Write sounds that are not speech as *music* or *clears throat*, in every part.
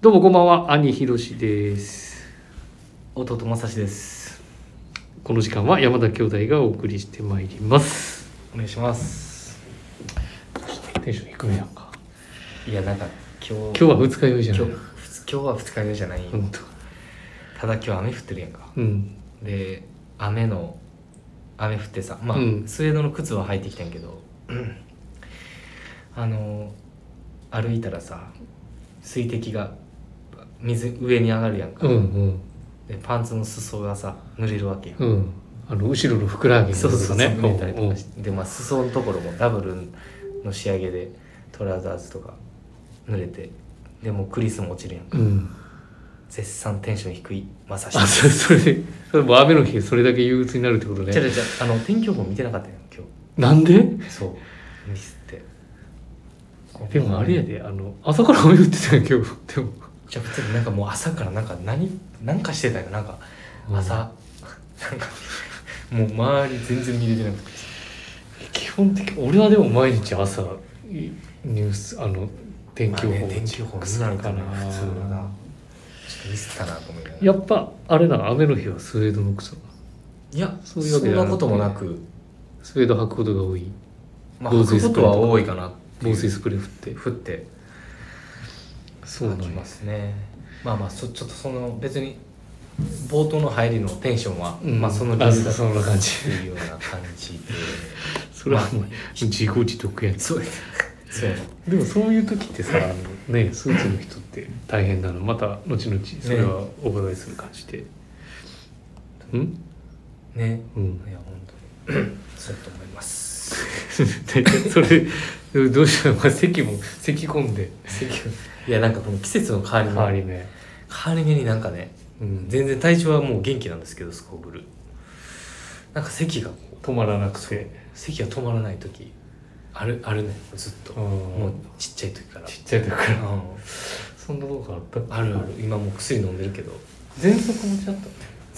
どうもこんばんは兄ひろしです弟正志ですこの時間は山田兄弟がお送りしてまいりますお願いしますテンション低めやんかいやなんか今今日日は二日酔いじゃ今な日いふつ今日は二日目じゃない、ほんとただ今日雨降ってるやんかうんで雨の雨降ってさまあ、うんスウェードの靴は履いてきたんやけどうんあの歩いたらさ水滴が水上に上がるやんか、うんうんでパンツの裾がさ濡れるわけよ、うんあの後ろのふくらはぎのそうそうそう、ね見えたりとかしてでまあ裾のところもダブルの仕上げでトラウザーズとか濡れてでもうクリスも落ちるやんうんうん絶賛テンション低いまさしあそれそれでそれもう雨の日それだけ憂鬱になるってことちゃねちゃあの天気予報見てなかったやん今なんで日そうミスってでもあれやであの朝から雨降ってたよ今日でもじゃあ普通になんかもう朝からなんか何なんかしてたよなんか朝、なんかもう周り全然見れてなくて基本的に俺はでも毎日朝いニュースあの天気予ま報あね天気予報見ないからな普通はなちょっとミスったなと思いながらやっぱあれな雨の日はスウェードの草いやそそういうわけじゃなくてんなこともなく、スウェード履くことが多いまあ、防防水水スこプレーとかとは多いかなってい防う水スプレー振って降ってそうなん吐きやますねまあまあそちょっとその別に冒頭の入りのテンションは、うんまあその理由だあそそんな感じっていうような感 *laughs* じでそれはもうま自業自得やんそうですそうやなでもそういう時ってさあのねスーツの人って大変なのまた後々それはお伺いする感じで、うんね、うん *laughs* いや本当にそうやと思いますでそれどうしたのか咳も咳込んでいやなんかこの季節の変変わわり目り目、変わり目になんかねうん、全然体調はもう元気なんですけどすこぶるなんか咳がこう止まらなくて咳が止まらない時あるあるねずっとうんもうちっちゃい時からちっちゃい時からうそんなことがあったんあるある今もう薬飲んでるけど喘息もちゃった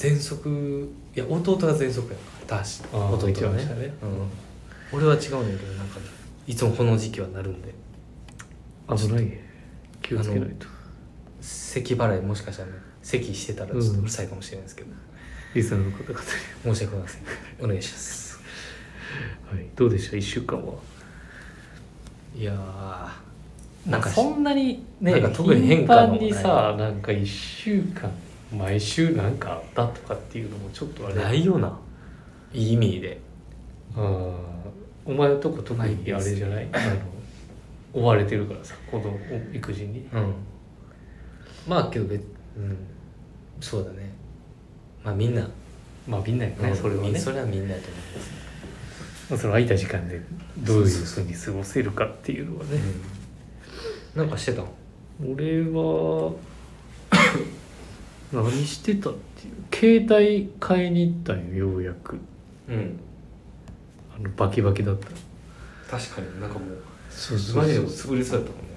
喘息いや弟が喘息やからしあー弟一が番ね下ねうん、俺は違うんだけどなんかいつもこの時期はなるんで危ないね気をつけないと咳払いもしかしたらね咳してたらちょっとうるさいかもしれないですけど、リスナーの方々に、申し訳ございませんお願いしますはい、どうでした1週間はいやーななんんかかそんなにねなんか特に変化頻の繁にさなんか1週間毎週なんかあったとかっていうのもちょっとあれないよないい意味であーお前のとこ特にあれじゃないあの追われてるからさ子供育児にうんまあけど別うんそうだねまあみんなまあみんなよね、うんそれはみねそれはみんなやと思います、その空いた時間でどういうふうに過ごせるかっていうのはねなんかしてたの俺は *coughs* 何してたっていう携帯買いに行ったんよようやくうんあのバキバキだった確かになんかもうそうマジで潰れそうやったもんね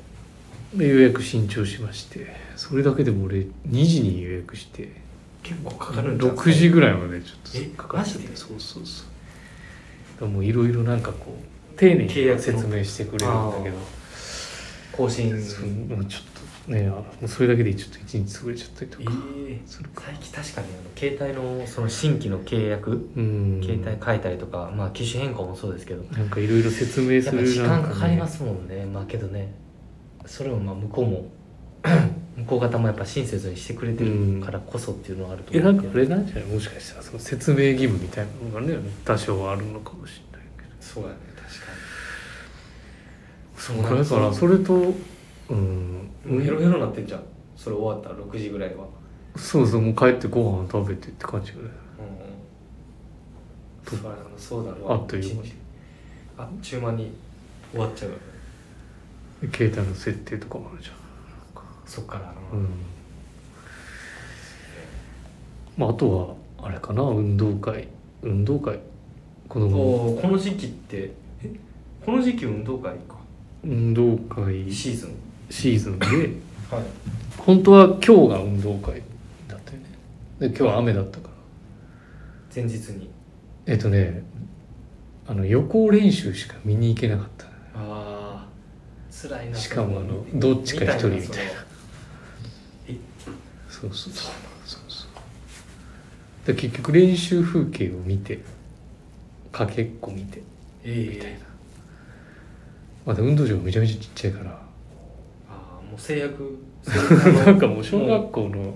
で予約新調しましてそれだけでも俺2時に予約して結構かかるんじゃん6時ぐらいまでちょっえとかかっちゃっマジてでそうそうそうだからもういろいろなんかこう丁寧に契約の説明してくれるんだけど更新そうもうちょっとねあもうそれだけでちょっと1日潰れちゃったりとえかーするか最近確かにあの携帯のその新規の契約、うん携帯変えたりとかまあ機種変更もそうですけどなんかいろいろ説明すやっぱる時間なんかねかりますもんねまあけどねそれもまあ向こう *coughs* も向こう方もやっぱ親切にしてくれてるからこそっていうのはあるとえな思うんけかどあれなんじゃないもしかしたらその説明義務みたいなのがね多少はあるのかもしれないけどそうだね確かにそそうだからそれとうんヘロになってんじゃんそれ終わったら6時ぐらいはそうそうもう帰ってご飯食べてって感じよねうんそうだろうそうだろあっという間にあっちゅう間に終わっちゃうよね携帯の設定とかもあるじゃそっからん、うんまあ、あとはあれかな運動会運動会子うん供のおーこの時期ってえこの時期運動会か運動会シーズンシーズンではい本当は今日が運動会だったよねで今日は雨だったから前日にえっとねあの予行練習しか見に行けなかったああ辛いなしかもあのどっちか一人みたいななそうそうそうそうそうで結局練習風景を見てかけっこ見てみたいな、ええまだ運動場めちゃめちゃちっちゃいからああもう制約 *laughs* なんかもう小学校の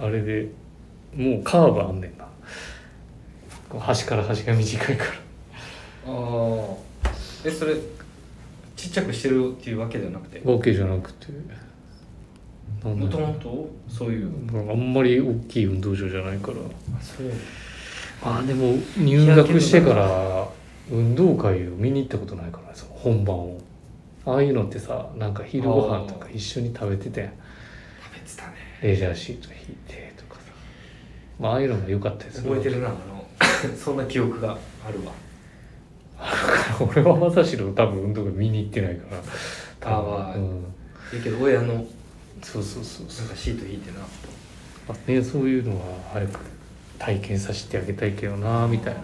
あれでもうカーブあんねんなこう端から端が短いからああえそれちっちゃくしてるっていうわけではなくてわけじゃなくてなんもだとろもとそういううなんかあんまり大きい運動場じゃないからあそうあーでも入学してから運動会を見に行ったことないからねその本番をああいうのってさなんか昼ご飯とか一緒に食べてて食べてたねレジャーシート引いてとかさ、まあああいうのが良かったです覚えてるなあの *laughs* そんな記憶があるわ *laughs* 俺はまさしろ多分運動会見に行ってないからあーまあうん、えけど親のなんかそうそうそうそうシート引いてなまあね、そういうのは早く体験させてあげたいけどなみたい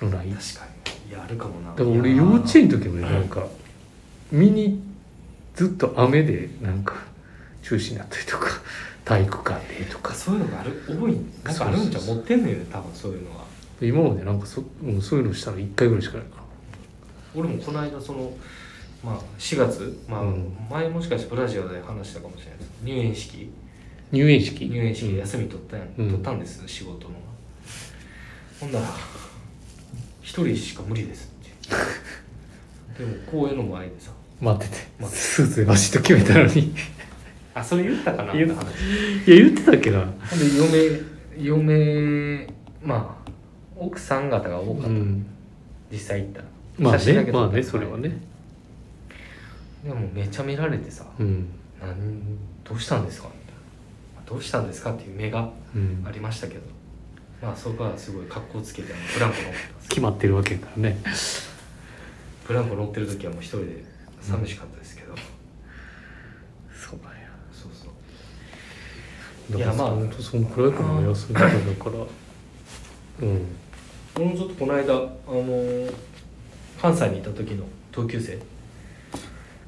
なのない確かにいやあるかもなでも俺いや幼ー稚園の時もねなんか見にずっと雨でなんか中止になったりとか *laughs* 体育館でとかそういうのがある多いなんかあるんじゃん持ってんのよね多分そういうのは今までなんかそ,、うん、そういうのしたの1回ぐらいしかないか俺もこの間そのまあ4月まあ、うん前もしかしてブラジオで話したかもしれないです入園式ら入園式入園式で休み取ったやん、うん取ったんです仕事のほんなら一人しか無理ですっ *laughs* てでも公園の前でさ待ってて、待ってスーツでバシッと決めたのにいあそれ言ったかな言うあのや言ってたっけなほんで嫁嫁まあ奥さん方が多かった、うん実際行ったらまあ写真だねけま撮あったねそれはねでもめちゃ見られてさうん何どうしたんですかみたいなどうしたんですかっていう目がうんありましたけどまあそこはすごい格好つけてあのブランコ乗ってたんですけ決まってるわけだからねどブランコ乗ってる時はもう一人で寂しかったですけど、そうだよそうそうだいかやらまあ本当そのくらいかな休みだからだからうん俺もちょっとこの間あのー関西にいた時の同級生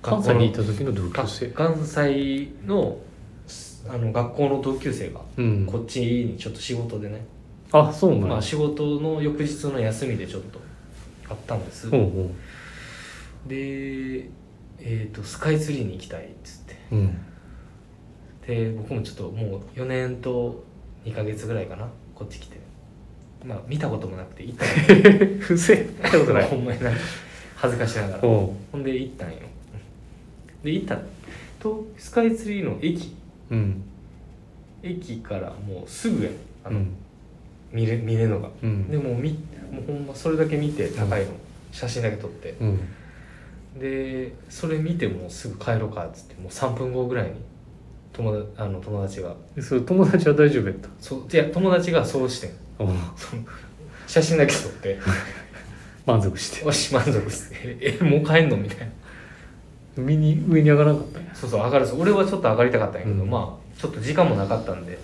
関西にいた時の同級生学関西のすあの学校の同級生がうんこっちにちょっと仕事でね、あそうなんまやあ仕事の翌日の休みでちょっとあったんです、うんうんでえー、とスカイツリーに行きたいっつってうんで僕もちょっともう4年と2ヶ月ぐらいかなこっち来てまあ見たこともなくて行ったこ *laughs* *laughs* 不正見たこととなないいほんまになんか恥ずかしながらおうほんで行ったんよで行ったとスカイツリーの駅うん駅からもうすぐやんあの、うん見れ見れるのがうんでもうみもうほんまそれだけ見て高いの、写真だけ撮ってうんでそれ見てもうすぐ帰ろうかっつってもう3分後ぐらいに友達あの友達がでそれ友達は大丈夫やったそういや友達がそうしてんおう写真だけ撮って満足してよし満足してええもう帰んのみたいな見に上に上がらなかったんやそうそう上がる俺はちょっと上がりたかったんやけど、うんまあちょっと時間もなかったんで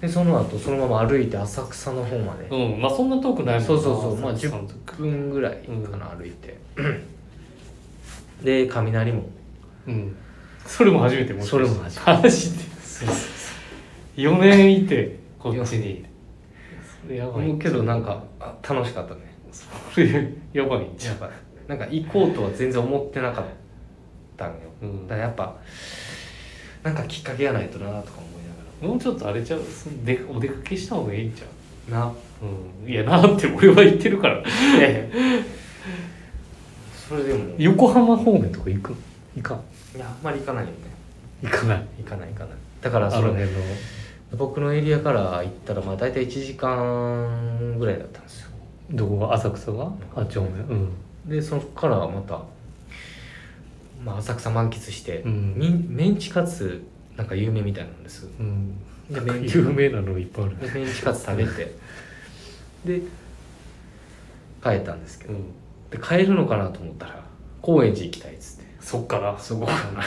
でその後そのまま歩いて浅草の方までうんまあそんな遠くないそうそうそうまあ10 10分分ぐらいかな、歩いてで雷もうんそれも初めてそれも初めて話して *laughs* そうそう4年いてこっちにそれやばい思うけどなんかあ楽しかったねそれやばいんじゃやんっぱなんか行こうとは全然思ってなかったんようんだからやっぱなんかきっかけがないとなとか思いもうちょっとあれちゃうそのでお出かけした方がいいんちゃうながらなうんいやなんて俺は言ってるからいやいや *laughs* それでもい横浜方面とか行く行かんやあんまり行かないよね行かない行かない行かないだからあそのの辺の僕のエリアから行ったらまあ大体1時間ぐらいだったんですよどこが浅草があっち方面うんでそこからまた、まあ、浅草満喫して、うんみメンチカツなんか有名みたいなんですうんでなんかメンチ有名なのいっぱいあるでメンチカツ食べてで帰ったんですけうど、んで帰るのかなと思ったら高円寺行きたいっつってそっからそこから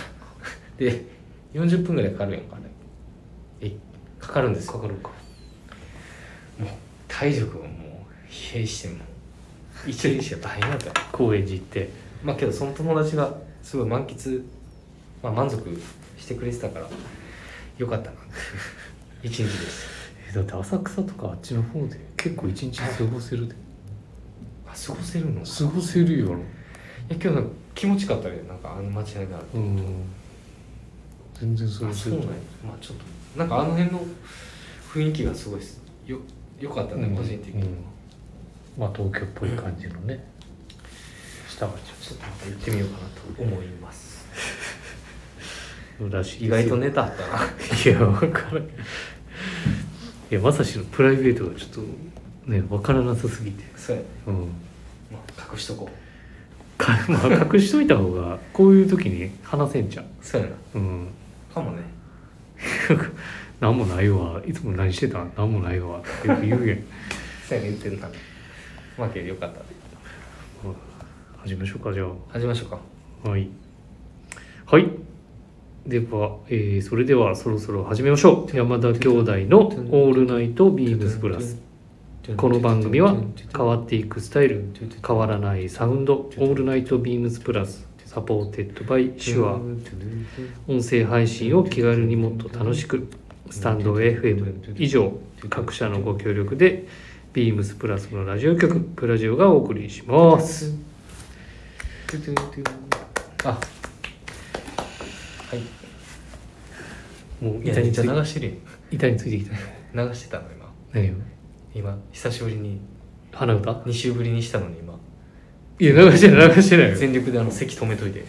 で40分ぐらいかかるやんかねえかかるんですよかるかもう体力がもう疲弊してもう一日が大変だったよ高円寺行ってまあけどその友達がすごい満喫、まあ、満足してくれてたからよかったなって *laughs* いう一日ですえだって浅草とかあっちの方で結構一日過ごせるであ過ごせるのい過ごせるよや今日なんか気持ちよかったけどなんかあの街並みがあるとうん全然過あごそせうるなんやまあちょっとなんかあの辺の雰囲気がすごいですよよかったね、うん個人的には、うんまあ東京っぽい感じのね下町ちょっとまた行ってみようかなと思いますらしい意外とねネタあったないや分からんいやまさしのプライベートがちょっとね分からなさすぎてそうやね、うんまあ、隠しとこうか *laughs* まあ隠しといた方がこういう時に話せんじゃんそうやなうん *laughs* かもね何もないわいつも何してたん何もないわってよく言うやんそうやね言ってるなまあけどよかったうん *laughs* 始めましょうかじゃ始めましょうかあはいはいでは、えーそれではそろそろ始めましょう山田兄弟の「オールナイトビームスプラス」この番組は変わっていくスタイル変わらないサウンド「オールナイトビームスプラス」サポーテッドバイシュア音声配信を気軽にもっと楽しくスタンド FM 以上各社のご協力でビームスプラスのラジオ局プラジオがお送りしますあはいもういや板につじいゃてあ流してる板についてきたやん流してたの今何よ今久しぶりに鼻歌2週ぶりにしたのに今いや流してない流してないよ全力であの席止めといて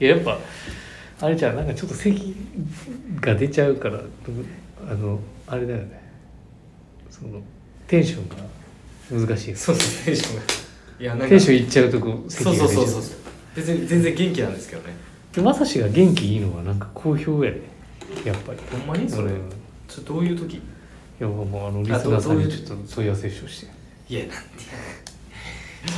いややっぱあれじゃんなんかちょっと咳が出ちゃうからあのあれだよねそのテンションが難しいよそうそうテンションがいやなんかテンションいっちゃうとこ咳がそう出ちそゃうそうそう別に全然元気なんですけどねでまさしが元気いいのはなんか好評やねやっぱりほんまにそうれんいちょどういう時やもうあのリスあナどうーさんどにういうちょっと問い合わせをしていやなんて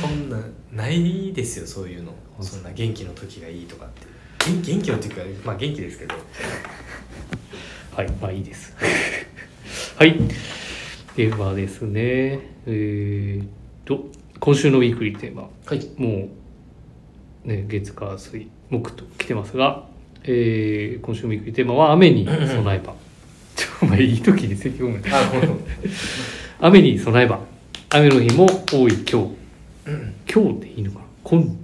そんなないですよそういうのそんな元気の時がいいとかって元元気の時はまあ元気ですけどはいまあいいです *laughs* はいではですねえー、っと今週のウィークリーテーマはいもう、ね、月火水木と来てますが、えー、今週のウィークリーテーマは雨に備え *laughs* ばちょお前いい時に咳込むねあごめんごめん *laughs* 雨に備えば雨の日も多い今日今日でいいのかな今日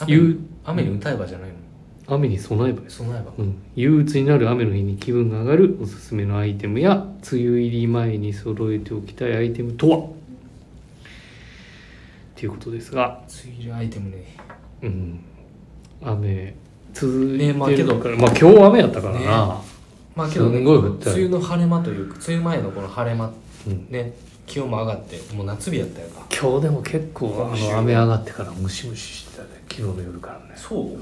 雨憂雨に歌えばじゃないの雨に備えばです、備えばうん、憂鬱になる雨の日に気分が上がるおすすめのアイテムや梅雨入り前に揃えておきたいアイテムとはっていうことですが、ツイルアイテムねうん、雨続いてねるまあけどから、まあ、今日雨やったからな、まあけどねすんごい降った梅よ雨の晴れ間というか梅雨前のこの晴れ間うん、ね気温も上がってもう夏日やったやんか今日でも結構あ今週の雨上がってからムシムシしてたね昨日の夜からね、そうう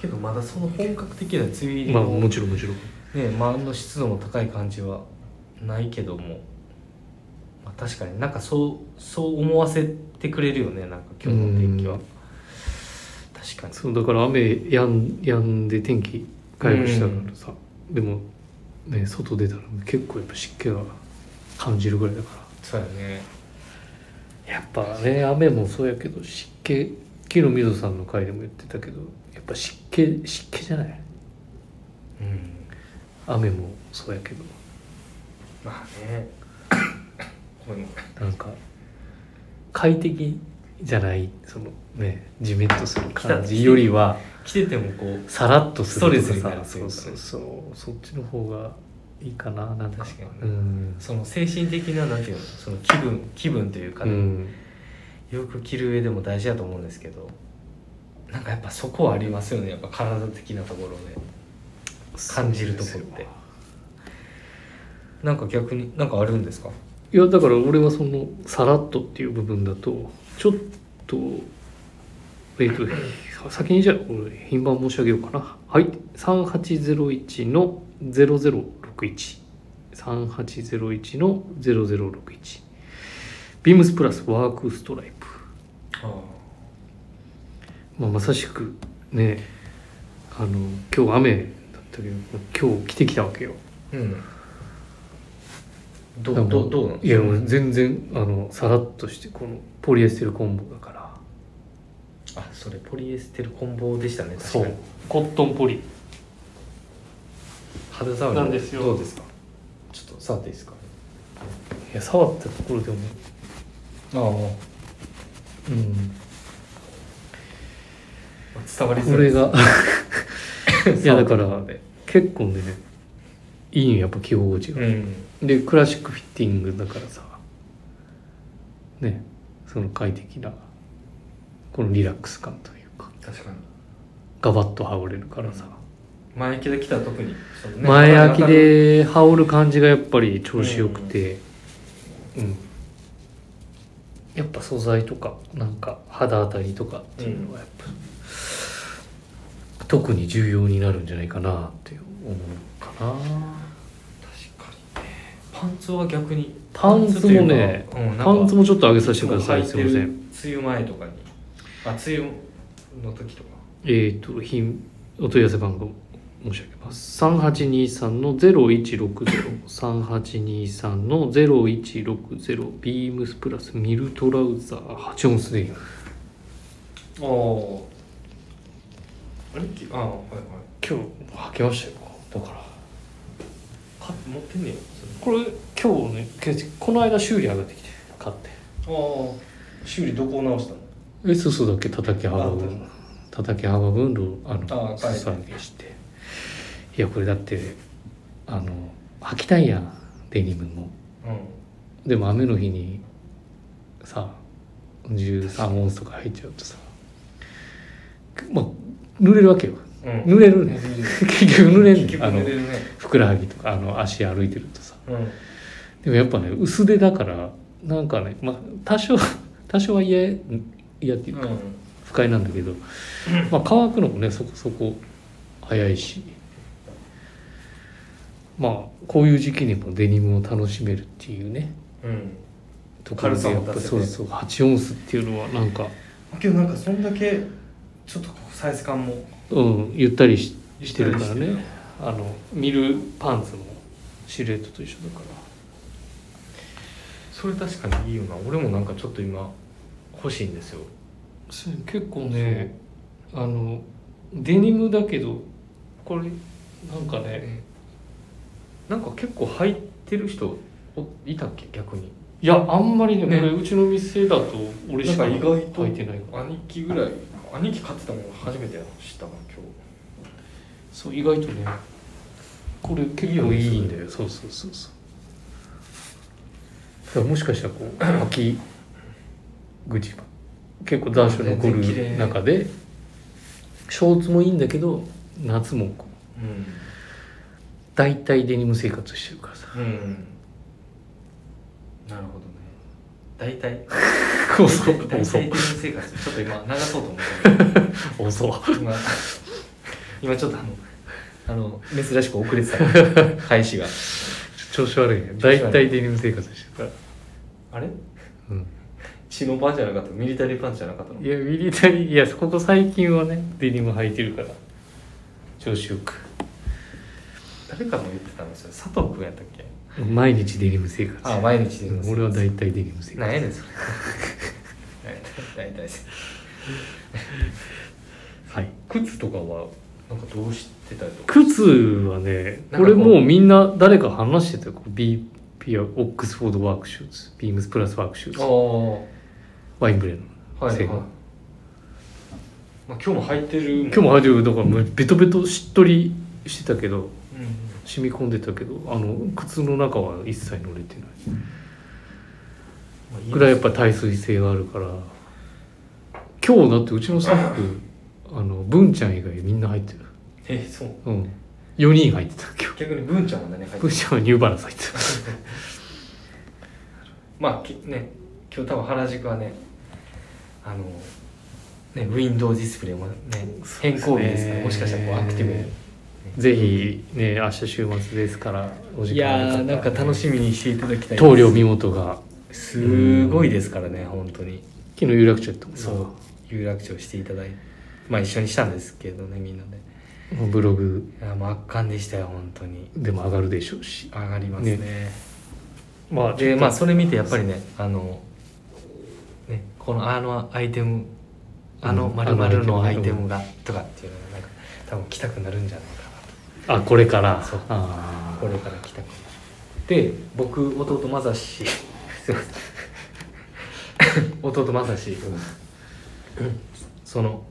けどまだその本格的な梅雨入ん、りまの、あもちろんもちろんね周りの湿度も高い感じはないけども、まあ、確かになんかそうそう思わせてくれるよねなんか今日の天気はうん確かにそうだから雨やんやんで天気回復したからさ、でもね外出たら結構やっぱ湿気が感じるぐらいだかそうやねらやっぱね雨もそうやけど湿気昨日水野さんの回でも言ってたけどやっぱ湿気湿気じゃないうん雨もそうやけどまあねごめんごめなんんか快適じゃないそのねじめっとする感じよりは来ててもこうさらっとするとストレスにかなるさといそううかねそうそうそっちの方がいいかななんか確かにうんその精神的ななんていうのその気分気分というかうね、んよく着る上でも大事だと思うんですけどなんかやっぱそこはありますよねやっぱ体的なところで感じるところってなんか逆になんかあるんですかいやだから俺はそのさらっとっていう部分だとちょっとえっ、と先にじゃあ俺品番申し上げようかなはい3801の0061 3801の0061ビームスプラスワークストライプ、まあ、まさしくねあの今日雨だったけど今日来てきたわけようんどでうもどうどうなんいやもう全然あのさらっとしてこのポリエステルコンボだからあそれポリエステル混紡でしたね確かそうにコットンポリ肌触りなんですよどうですかちょっと触っていいですかいや触ったところでもああもうんう伝わりづこらいれが *laughs* いやだから触ったところで結構ねいいんよやっぱ着心地が、うんでクラシックフィッティングだからさねその快適なこのリラックス感というか確かにガバッと羽織れるからさ、前開きで来たら特にちょっとね前開きで羽織る感じがやっぱり調子よくてうん、やっぱ素材とかなんか肌当たりとかっていうのはやっぱ、特に重要になるんじゃないかなって思うかな確かにねパンツは逆にパンツもねパンツというか,、うん、なんかパンツもちょっと上げさせてくださいつすもい履まてせんる梅雨前とかにあ梅雨の時とかえっ、と品お問い合わせ番号申し上げます3823の0160 3823の0160ビームスプラスミルトラウザー8オンスデイあああれきああはいはい今日履きましたよだからか持ってんねやこれ今日ねけこの間修理上がってきて買ってそれああ修理どこを直したのえそうそうだっけ叩き幅あ叩分叩き幅分ロあのあ変えて裾上げしていやこれだってあの履きたいやんデニムもうでも雨の日にさ13オンスとか入っちゃうとさまあ濡れるわけよんうん濡れる *laughs* ね結局濡れん結ね局んあの濡れるねふくらはぎとかあの足歩いてるとさうんでもやっぱね薄手だからなんかね、まあ、多少 *laughs* 多少は嫌嫌っていうか、うん不快なんだけど、まあ、乾くのもねそこそこ早いしまあこういう時期にもデニムを楽しめるっていうねうんところでやっぱ軽さそもう出せてそう8オンスっていうのはなんか、けどなんかそんだけちょっとこうサイズ感もうん、ゆったりししてるからゆったりしてるねあの見るパンツのシルエットと一緒だから。それ確かにいいよな俺もなんかちょっと今欲しいんですよそう結構ねあのデニムだけどこれなんかねなんか結構入ってる人おいたっけ逆にいやあんまりねねこれうちの店だと俺しかなんか意外と履いてない兄貴ぐらい兄貴買ってたもん初めて知ったもん今そう意外とねこれ結構いいんだよそうそうそうそうだからもしかしたら *coughs* こう履き口が結構残暑残全然綺麗る中でショーツもいいんだけど夏もこう日大体デニム生活してるからさうんうんなるほどね大体 *laughs* こうそう *laughs* 大体遅定い年生活ちょっと今流そうと思ったんだ遅い *laughs* けど今今ちょっとあのあの珍しく遅れてた *laughs* 開始が調子悪いね調子悪い大体デニム生活してるから、あれうん、血のパンじゃなかったミリタリーパンじゃなかったのいやミリタリーいやここ最近はねデニム履いてるから調子よく誰かも言ってたんですよ佐藤君やったっけ毎日デニム生活あ毎日でうん俺は大体デニム生なん活やねんそれ大体大体はい靴とかはなんかどうしてたりとか靴はねなんかこうこれもうみんな誰か話してたよこう BP はオックスフォードワークシューズビームスプラスワークシューズあワインブレードあのはいはい、製ま品あ、今日も履いてる今日も履いてるだからもうベトベトしっとりしてたけどうん染み込んでたけどあの靴の中は一切濡れてないまあいいですぐらいやっぱ耐水性があるから今日だってうちのスタッ *laughs* フあの文ちゃん以外みんな入ってるえそううん4人入ってた今逆に文ちゃんは日ね履いて文るちゃんはニューバランス入ってたまあきね今日多分原宿はねあのねウィンドウディスプレイもね *laughs* 変更日ですからもしかしたらこうアクティブにぜひね明日週末ですからお時い間やーなんか楽みしみにしていただきたい棟梁見事がすごいですからね本当に昨日有楽町やったもんなそう有楽町していただいてまあ一緒にしたんですけどねみんなでもうブログいやもう圧巻でしたよ本当にでも上がるでしょうし上がりますねまあでまあちょっそれ見てやっぱりねあのねこのあのアイテムあのうんまるのあのアアイイテテムムがとかっていうのがなんか多分来たくなるんじゃないかなとあこれからそうあこれから来たくなるで僕弟まさし *laughs* すいません *laughs* 弟まさしその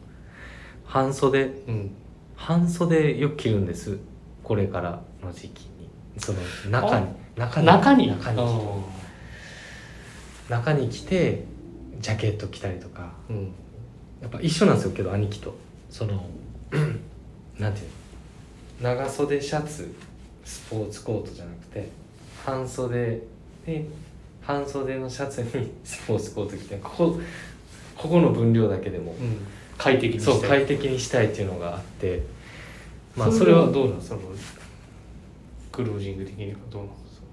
半袖うん半袖よく着るんですこれからの時期にその中に中中に中あにー中に着てジャケット着たりとかうんやっぱ一緒なんですよけど兄貴とその *clears throat* なんていうの長袖シャツスポーツコートじゃなくて半袖で半袖のシャツに *laughs* スポーツコート着てここここの分量だけでもうん快適にしてそう快適にしたいっていうのがあってまあそそれれははどうなんそのクロージング的にはどうなんですか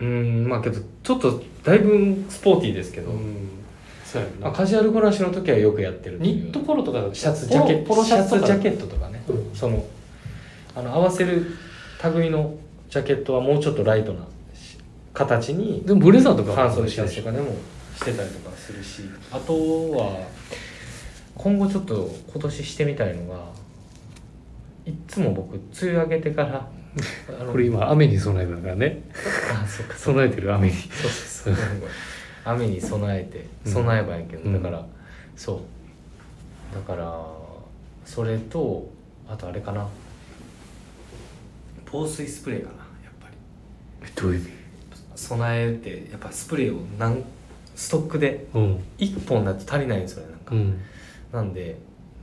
うんまあけどちょっとだいぶスポーティーですけど、んそうやんまあ、なカジュアルこなしの時はよくやってるっていうニットポロとかだとシャツジャケットポロポロシャツとかャケットとかね、うんそのあの合わせる類のジャケットはもうちょっとライトなし形にでもブレザーとか半袖シャツとかでもしてたりとかするしあとは今後ちょっと今年してみたいのがいっつも僕梅雨明けてか *laughs* らあのこれ今雨に備えたからねあそうか備えてる雨にそうそうそう雨に備えてうん備えばいいけど、うんだからそうだからそれとあとあれかな防水スプレーかなやっぱりどういう意備えてやっぱスプレーをなんストックで味うん1本だと足りないんですよねなんか、うんなんで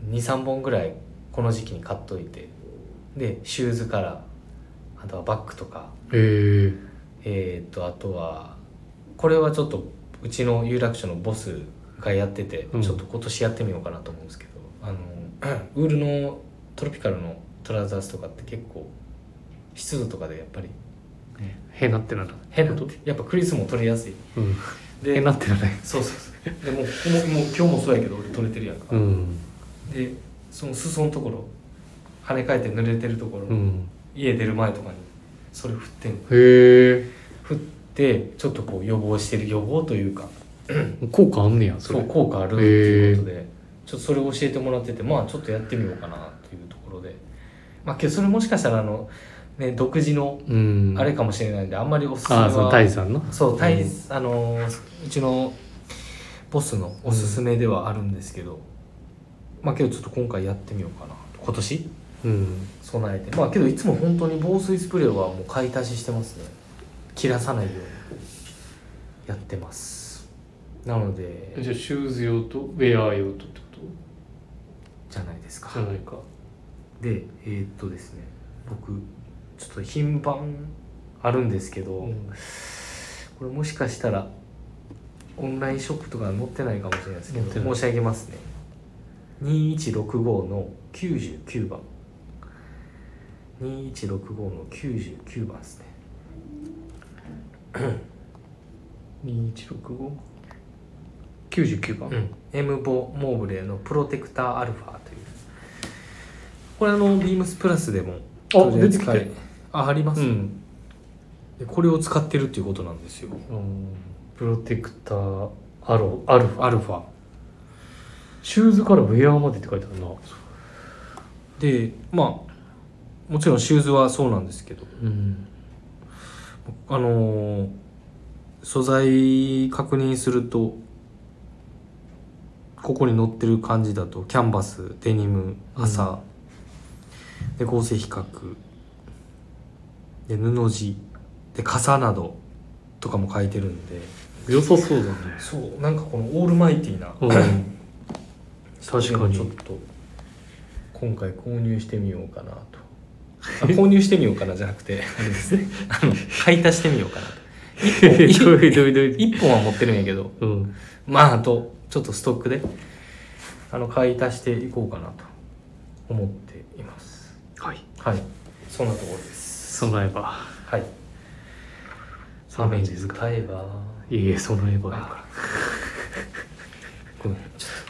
23本ぐらいこの時期に買っといてでシューズからあとはバッグとかえー、えー、とあとはこれはちょっとうちの有楽町のボスがやってて、うんちょっと今年やってみようかなと思うんですけどあの *clears throat* ウールのトロピカルのトラウザースとかって結構湿度とかでやっぱりへなってならない変なやっぱクリスも取れやすいうんでへなってならないそうそうそうでもうもうもう今日もそうやけど俺取れてるやんか、うんでその裾のところ跳ね返って濡れてるところ、うん家出る前とかにそれ振ってんのへえ振ってちょっとこう予防してる予防というか効果あんねやそそれう効果あるっていうことで、ちょっとそれを教えてもらっててまあちょっとやってみようかなというところでまあけどそれもしかしたらあのね独自のうんあれかもしれないんで、あんまりおすすめあはあそのタイさんのそうタイ、あのうちのボスのおすすめではあるんですけど、まあけどちょっと今回やってみようかなと今年うん備えてまあけどいつも本当に防水スプレーはもう買い足ししてますね切らさないようにやってますなのでじゃあシューズ用とウェア用とってこじゃないですかとじゃないかでえーっとですね僕ちょっと品番あるんですけど、うんこれもしかしたらオンラインショップとか載ってないかもしれないですけ載ってなどい申し上げますね2165の99番2165の99番ですね2165 99番、エムボモーブレのプロテクターアルファというこれあのビームスプラスでもあ出てきた取り扱いああります、んでこれを使ってるっていうことなんですようんプロテクターアロアルファアルファシューズからウェアまでって書いてあるなでまあもちろんシューズはそうなんですけどうんあのー素材確認するとここに載ってる感じだとキャンバスデニム麻、で合成比較で布地で傘などとかも書いてるんで良さそうだねそうなんかこのオールマイティーなうん確かにちょっと今回購入してみようかなと *laughs* あ購入してみようかなじゃなくてあれですね *laughs* あの買い足してみようかなとどう *laughs* いうどういうどういう1本は持ってるんやけどうんまああとちょっとストックであの買い足していこうかなと思っていますはいはいそんなところです備えばはい雨に打たえばいえいえ備えばやからごめんちょっ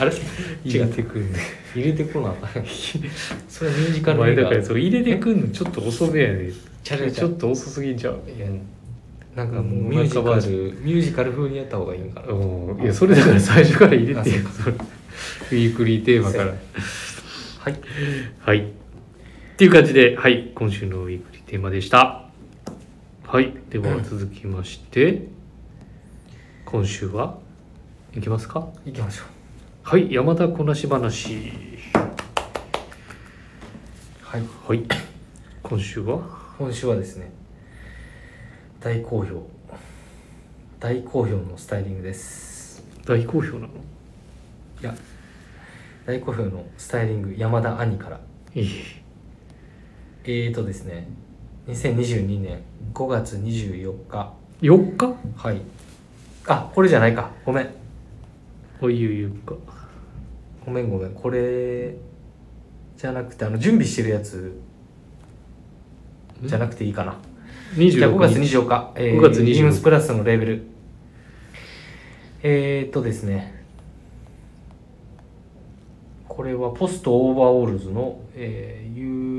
*laughs* あれ違う入れてくんね入れてこなあかん *laughs* それはミュージカおル前映だ画からそう入れてくんのちょっと遅めやねちゃうちゃうちょっと遅すぎんちゃういやなんかもうもうミュージカなんかバージルミュージカル風にやった方がいいんかな *laughs* うんいやそれだから最初から入れてよそれウィークリーテーマからはいはい。っていう感じで、はい、今週のウィークリーテーマでした。はい、では続きまして、今週は、いきますか行きましょうはい、山田こなし話。はいはい、今週は、今週はですね大好評大好評のスタイリングです大好評なのいや大好評のスタイリング山田兄からいい。えーとですね2022年5月24日4日はいあこれじゃないかごめんおいゆ4日。ごめんごめんこれじゃなくてあの準備してるやつじゃなくていいかなじゃあ5月26日。 24日、えー、 5月26ジムスプラスのレーベルえー、っとですねこれはポストオーバーオールズの、えー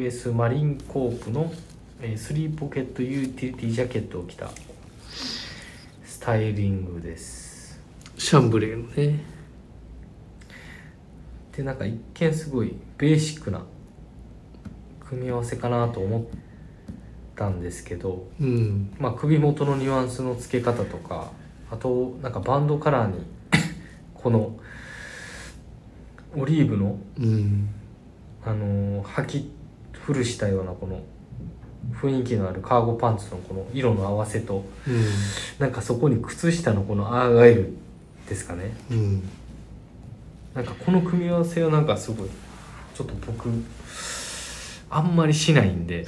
US マリンコープの、えースリーポケットユーティリティジャケットを着たスタイリングですシャンブレーのね。でなんか一見すごいベーシックな組み合わせかなと思ったんですけどうん。まあ、首元のニュアンスの付け方とかあとなんかバンドカラーに *coughs* このオリーブの、うん。あのー履き古したようなこの雰囲気のあるカーゴパンツのこの色の合わせとうなんかそこに靴下のこのアーガイルですかねん。うん。なんかこの組み合わせはなんかすごいちょっと僕あんまりしないん *laughs* で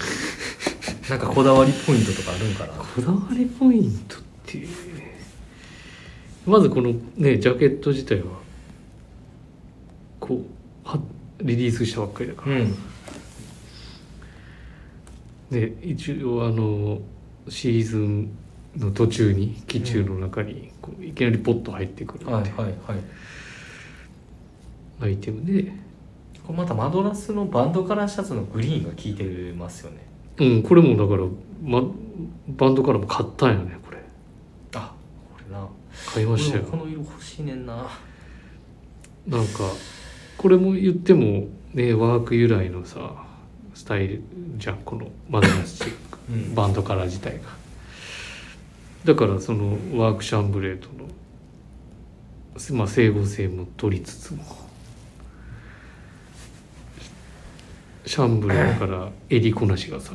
なんかこだわりポイントとかあるんかなこだわりポイントっていうまずこのねジャケット自体はこうはリリースしたばっかりだかうんらで一応あのシーズンの途中に機中の中にこういきなりポッと入ってくるはいってはいはいアイテムで、これまたマドラスのバンドカラーシャツのグリーンが効いてますよねうんこれもだから、ま、バンドからも買ったんよねこれあこれな買いましたよ俺もこの色欲しいねんななんかこれも言ってもねワーク由来のさスタイルじゃんこのマダラスチックうんバンドカラー自体がだからそのワークシャンブレーとの、まあ、整合性も取りつつもシャンブレーだから襟こなしがさ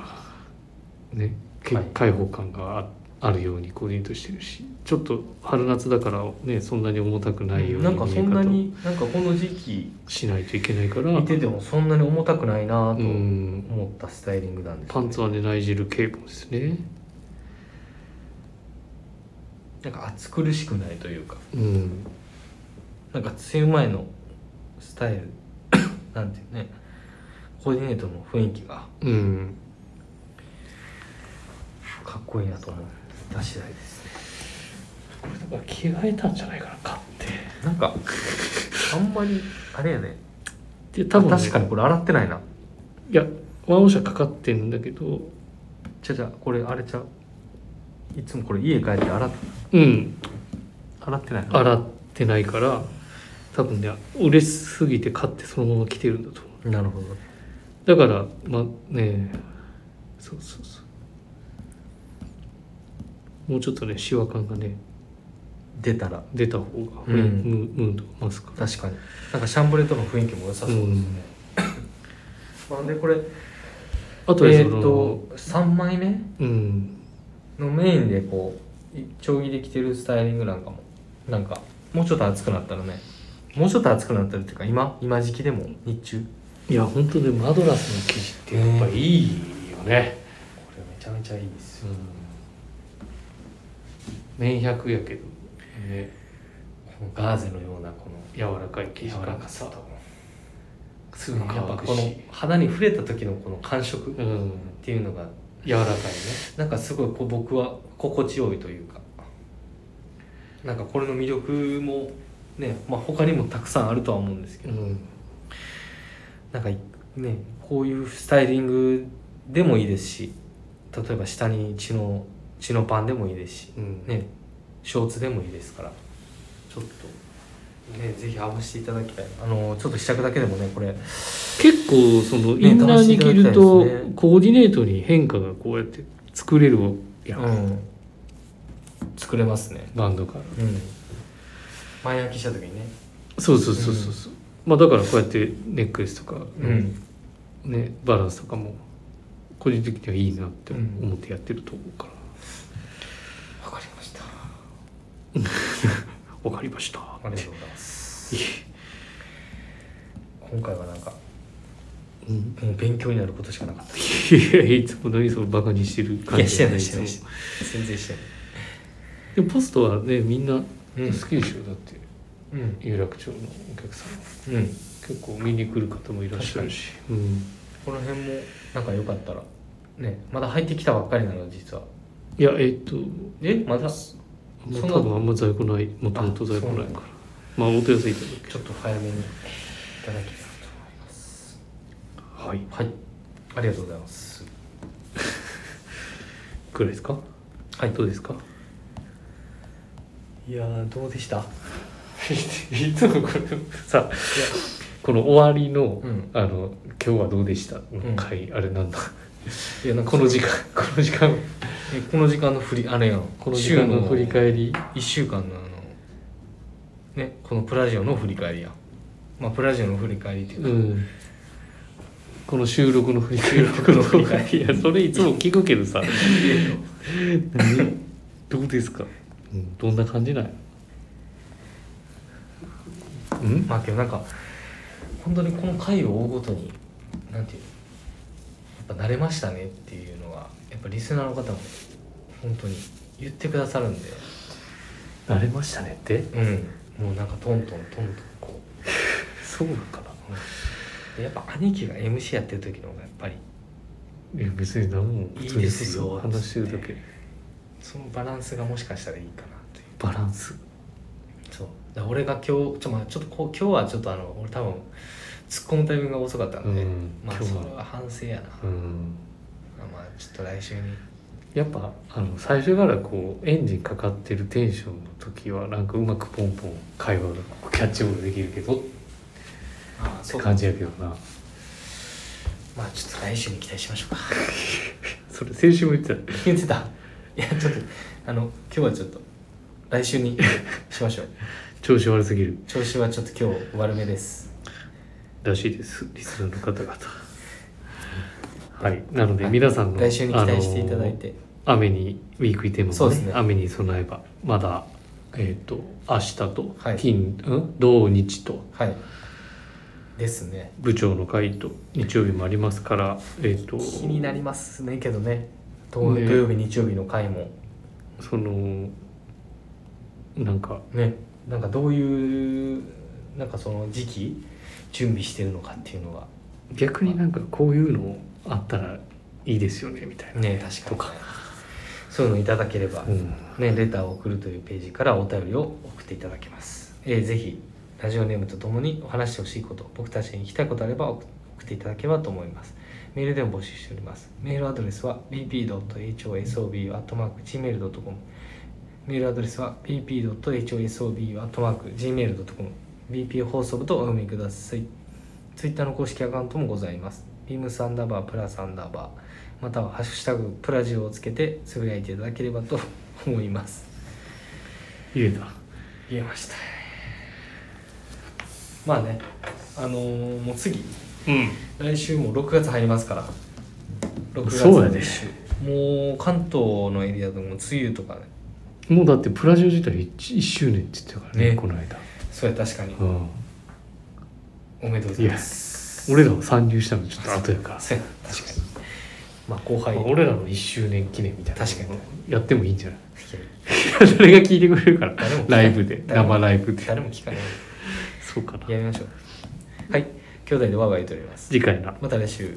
ね、けはい開放感がああるようにコーディネートしてるしちょっと春夏だからねそんなに重たくないようになんか見そえんな方をになんかこの時期しないといけないから見ててもそんなに重たくないなうとん思ったスタイリングなんですパンツはねナイジェルケイコンですねなんか暑苦しくないというかうんなんか梅雨前のスタイル *coughs* なんていうねコーディネートの雰囲気がうんかっこいいなと思った次第ですねこれ着替えたんじゃないかな買っなんかあんまりあれやねてで多分、ね、確かにこれ洗ってないないやワンオシャかかってんだけどじゃじゃこれあれちゃういつもこれ家帰って洗っうん洗ってないの洗ってないから多分ね嬉しすぎて買ってそのまま着てるんだと思うなるほどだからまあねそうそうそうもうちょっとねシワ感がね出たら出た方が、うんムムードが増すから確かになんかシャンブレとの雰囲気も良さそうですね、 *coughs* なんでこれあとはえそっ、の、と3枚目うんのメインでこう一丁着で着てるスタイリングなんかもなんかもうちょっと暑くなったらねもうちょっと暑くなったらっていうか今今時期でも日中いや本当ねマドラスの生地ってやっぱいいよね、これめちゃめちゃいいですよ綿100やけど、ね、このガーゼのようなこの柔らかい生地柔ら感かがささとすぐやっぱ乾くこのし肌に触れた時のこの感触っうんていうのが柔らかいねなんかすごいこう僕は心地よいというかなんかこれの魅力もね、まあ、他にもたくさんあるとは思うんですけうど、んなんかいねこういうスタイリングでもいいですし例えば下に血の血のパンでもいいですし、うんね、ショーツでもいいですからちょっとねぜひ合わせていただきたいあのちょっと試着だけでもねこれ結構そのインナーに着るとコーディネートに変化がこうやって作れるやん、うん作れますねバンドからうん前焼きした時にねそうそうそうそうそう、まあだからこうやってネックレスとか、うんねバランスとかも個人的にはいいなって思ってやってると思うからわかりましたあ「わ、かりました」りっがてとうございます今回はなんかうんもう勉強になることしかなかったいやいつも何そのバカにしてる感じつも全然してでもポストはねみんな好なきいでしょ、だってうん有楽町のお客さんはうん結構見に来る方もいらっしゃるし、うん、この辺もなんかよかったらねまだ入ってきたばっかりなの実はいやえっとえまだちもうそん多な分あんま在庫ないもともと在庫ないからまあお問い合わせいただょっと早めにいただけたらと思いますけはいはいありがとうございますぐらいですかはいどうですかいやーどうでした *laughs* いつもこれさこの終わりの、うんあの今日はどうでしたんの回、あれなんだいやなんこの時間この時間えこの時間の振りあれやんこの時間の振り返り1週間のあのねこのプラジオの振り返りやんまあプラジオの振り返りっていううか、んこの収録の振り返り収録の振り返りいやそれいつも聞くけどさ何どうですか、うん、どんな感じなんやうんまあけどなんか本当にこの回を追うごとになんていうのやっぱ慣れましたねっていうのはやっぱリスナーの方も本当に言ってくださるんで慣れましたねってうんもうなんかトントントントンこそうなんかなう、うんでやっぱ兄貴が MC やってる時の方がやっぱりいや別に何もいいですよ話してるだけそのバランスがもしかしたらいいかなっていうバランスそうだから俺が今日ちょ,、まあ、ちょっとこう今日はちょっとあの俺多分突っ込むタイミングが遅かったんで、うんまあ今日そはれは反省やな、うんまあちょっと来週にやっぱあの最初からこうエンジンかかってるテンションの時はなんかうまくポンポン会話がこうキャッチボールできるけどっああて感じやけどなまあちょっと来週に期待しましょうか *laughs* それ先週も言ってた言ってたいやちょっとあの今日はちょっと来週 *laughs* にしましょう調子悪すぎる調子はちょっと今日悪めですらしいですリスナーの方々はいなので皆さんの来週に期待していただいあて、の雨にウィークイテーマもそうですね雨に備えばまだえっ、と明日とはい金、うん、土日とはいですね部長の会と日曜日もありますからえっ、と気になりますねけどね土土ね曜日日曜日の回もそのなんかねなんかどういうなんかその時期準備してるのかっていうの逆になんかこういうのあったらいいですよねみたいがな、ね確かに、そういうのいただければ、うん、ね、レターを送るというページからお便りを送っていただけます、えーぜひラジオネームとともにお話してほしいこと僕たちに聞きたいことあれば送送っていただければと思いますメールでも募集しておりますメールアドレスは bp.hosobu.gmail.com メールアドレスは bp.hosobu.gmail.com bp 放送部とお読みくださいツイッターの公式アカウントもございます。ビームサンダーバープラスアンダーバーまたはハッシュタグプラジオをつけてつぶやいていただければと *laughs* 思います。言えた言えました。まあね、あのーもう次うん来週も6月入りますから。6月そうやねの一週もう関東のエリアでも梅雨とかね。もうだってプラジオ自体 1, 周年って言ってたからねねこの間、そうや確かにう。ん、おめでとうございます。俺らも参入したのちょっと後やから、そうや確かに。まあ後輩。まあ俺らの1周年記念みたいな確かにやってもいいんじゃない *laughs* 誰が聞いてくれるから誰も聞かなラいイブで誰も生ライブで誰も聞かない。そうかなやめましょう。はい、兄弟でワーワー言っております。次回なまた来週。